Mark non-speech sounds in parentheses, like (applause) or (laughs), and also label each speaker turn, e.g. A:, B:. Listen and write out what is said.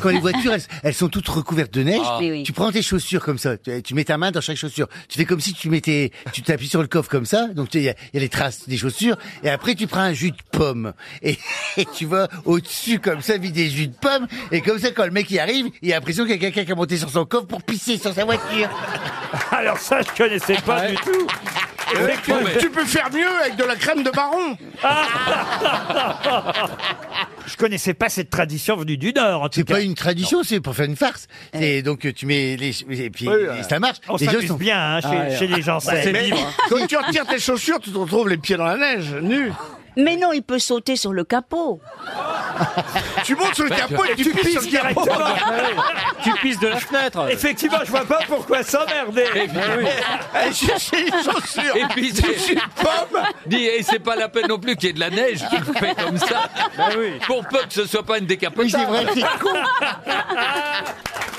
A: quand les voitures, elles, elles sont toutes recouvertes de neige,
B: Ah.
C: Mais oui.
A: tu prends tes chaussures comme ça, tu, tu mets ta main dans chaque chaussure, tu fais comme si tu mettais, tu t'appuies sur le coffre comme ça, donc tu- il y, a il y a les traces des chaussures, et après tu prends un jus de pomme, et, (laughs) et tu vas au-dessus comme ça, vider des jus de pomme, et comme ça quand le mec y arrive, il a l'impression qu'il y a quelqu'un qui a monté sur son coffre pour pisser sur sa voiture.
D: Alors ça, je connaissais pas du tout.
E: Tu peux faire mieux avec de la crème de baron.
D: Je connaissais pas cette tradition venue du Nord, en tout
A: C'est
D: cas.
A: pas une tradition, c'est pour faire une farce. C'est donc tu mets les et puis et ça marche.
D: On
A: les gens (laughs)
D: s'amuse
A: sont
D: bien hein, chez, chez les gens. c'est-
E: Mais quand tu retires tes chaussures, tu te retrouves les pieds dans la neige, nu.
C: Mais non, il peut sauter sur le capot.
E: Tu montes sur le capot et tu pisses sur le capot.
F: Tu pisses de la fenêtre.
D: Effectivement, je vois pas pourquoi s'emmerder.
E: Allez chercher les chaussures.
B: Et puis, c'est-
E: Tu pommes.
B: Dis, et c'est pas la peine non plus qu'il y ait de la neige qui le fait comme ça. Pour peu que ce soit pas une
A: Ben (laughs) Oui, c'est
B: décapotable.
A: vrai. c'est-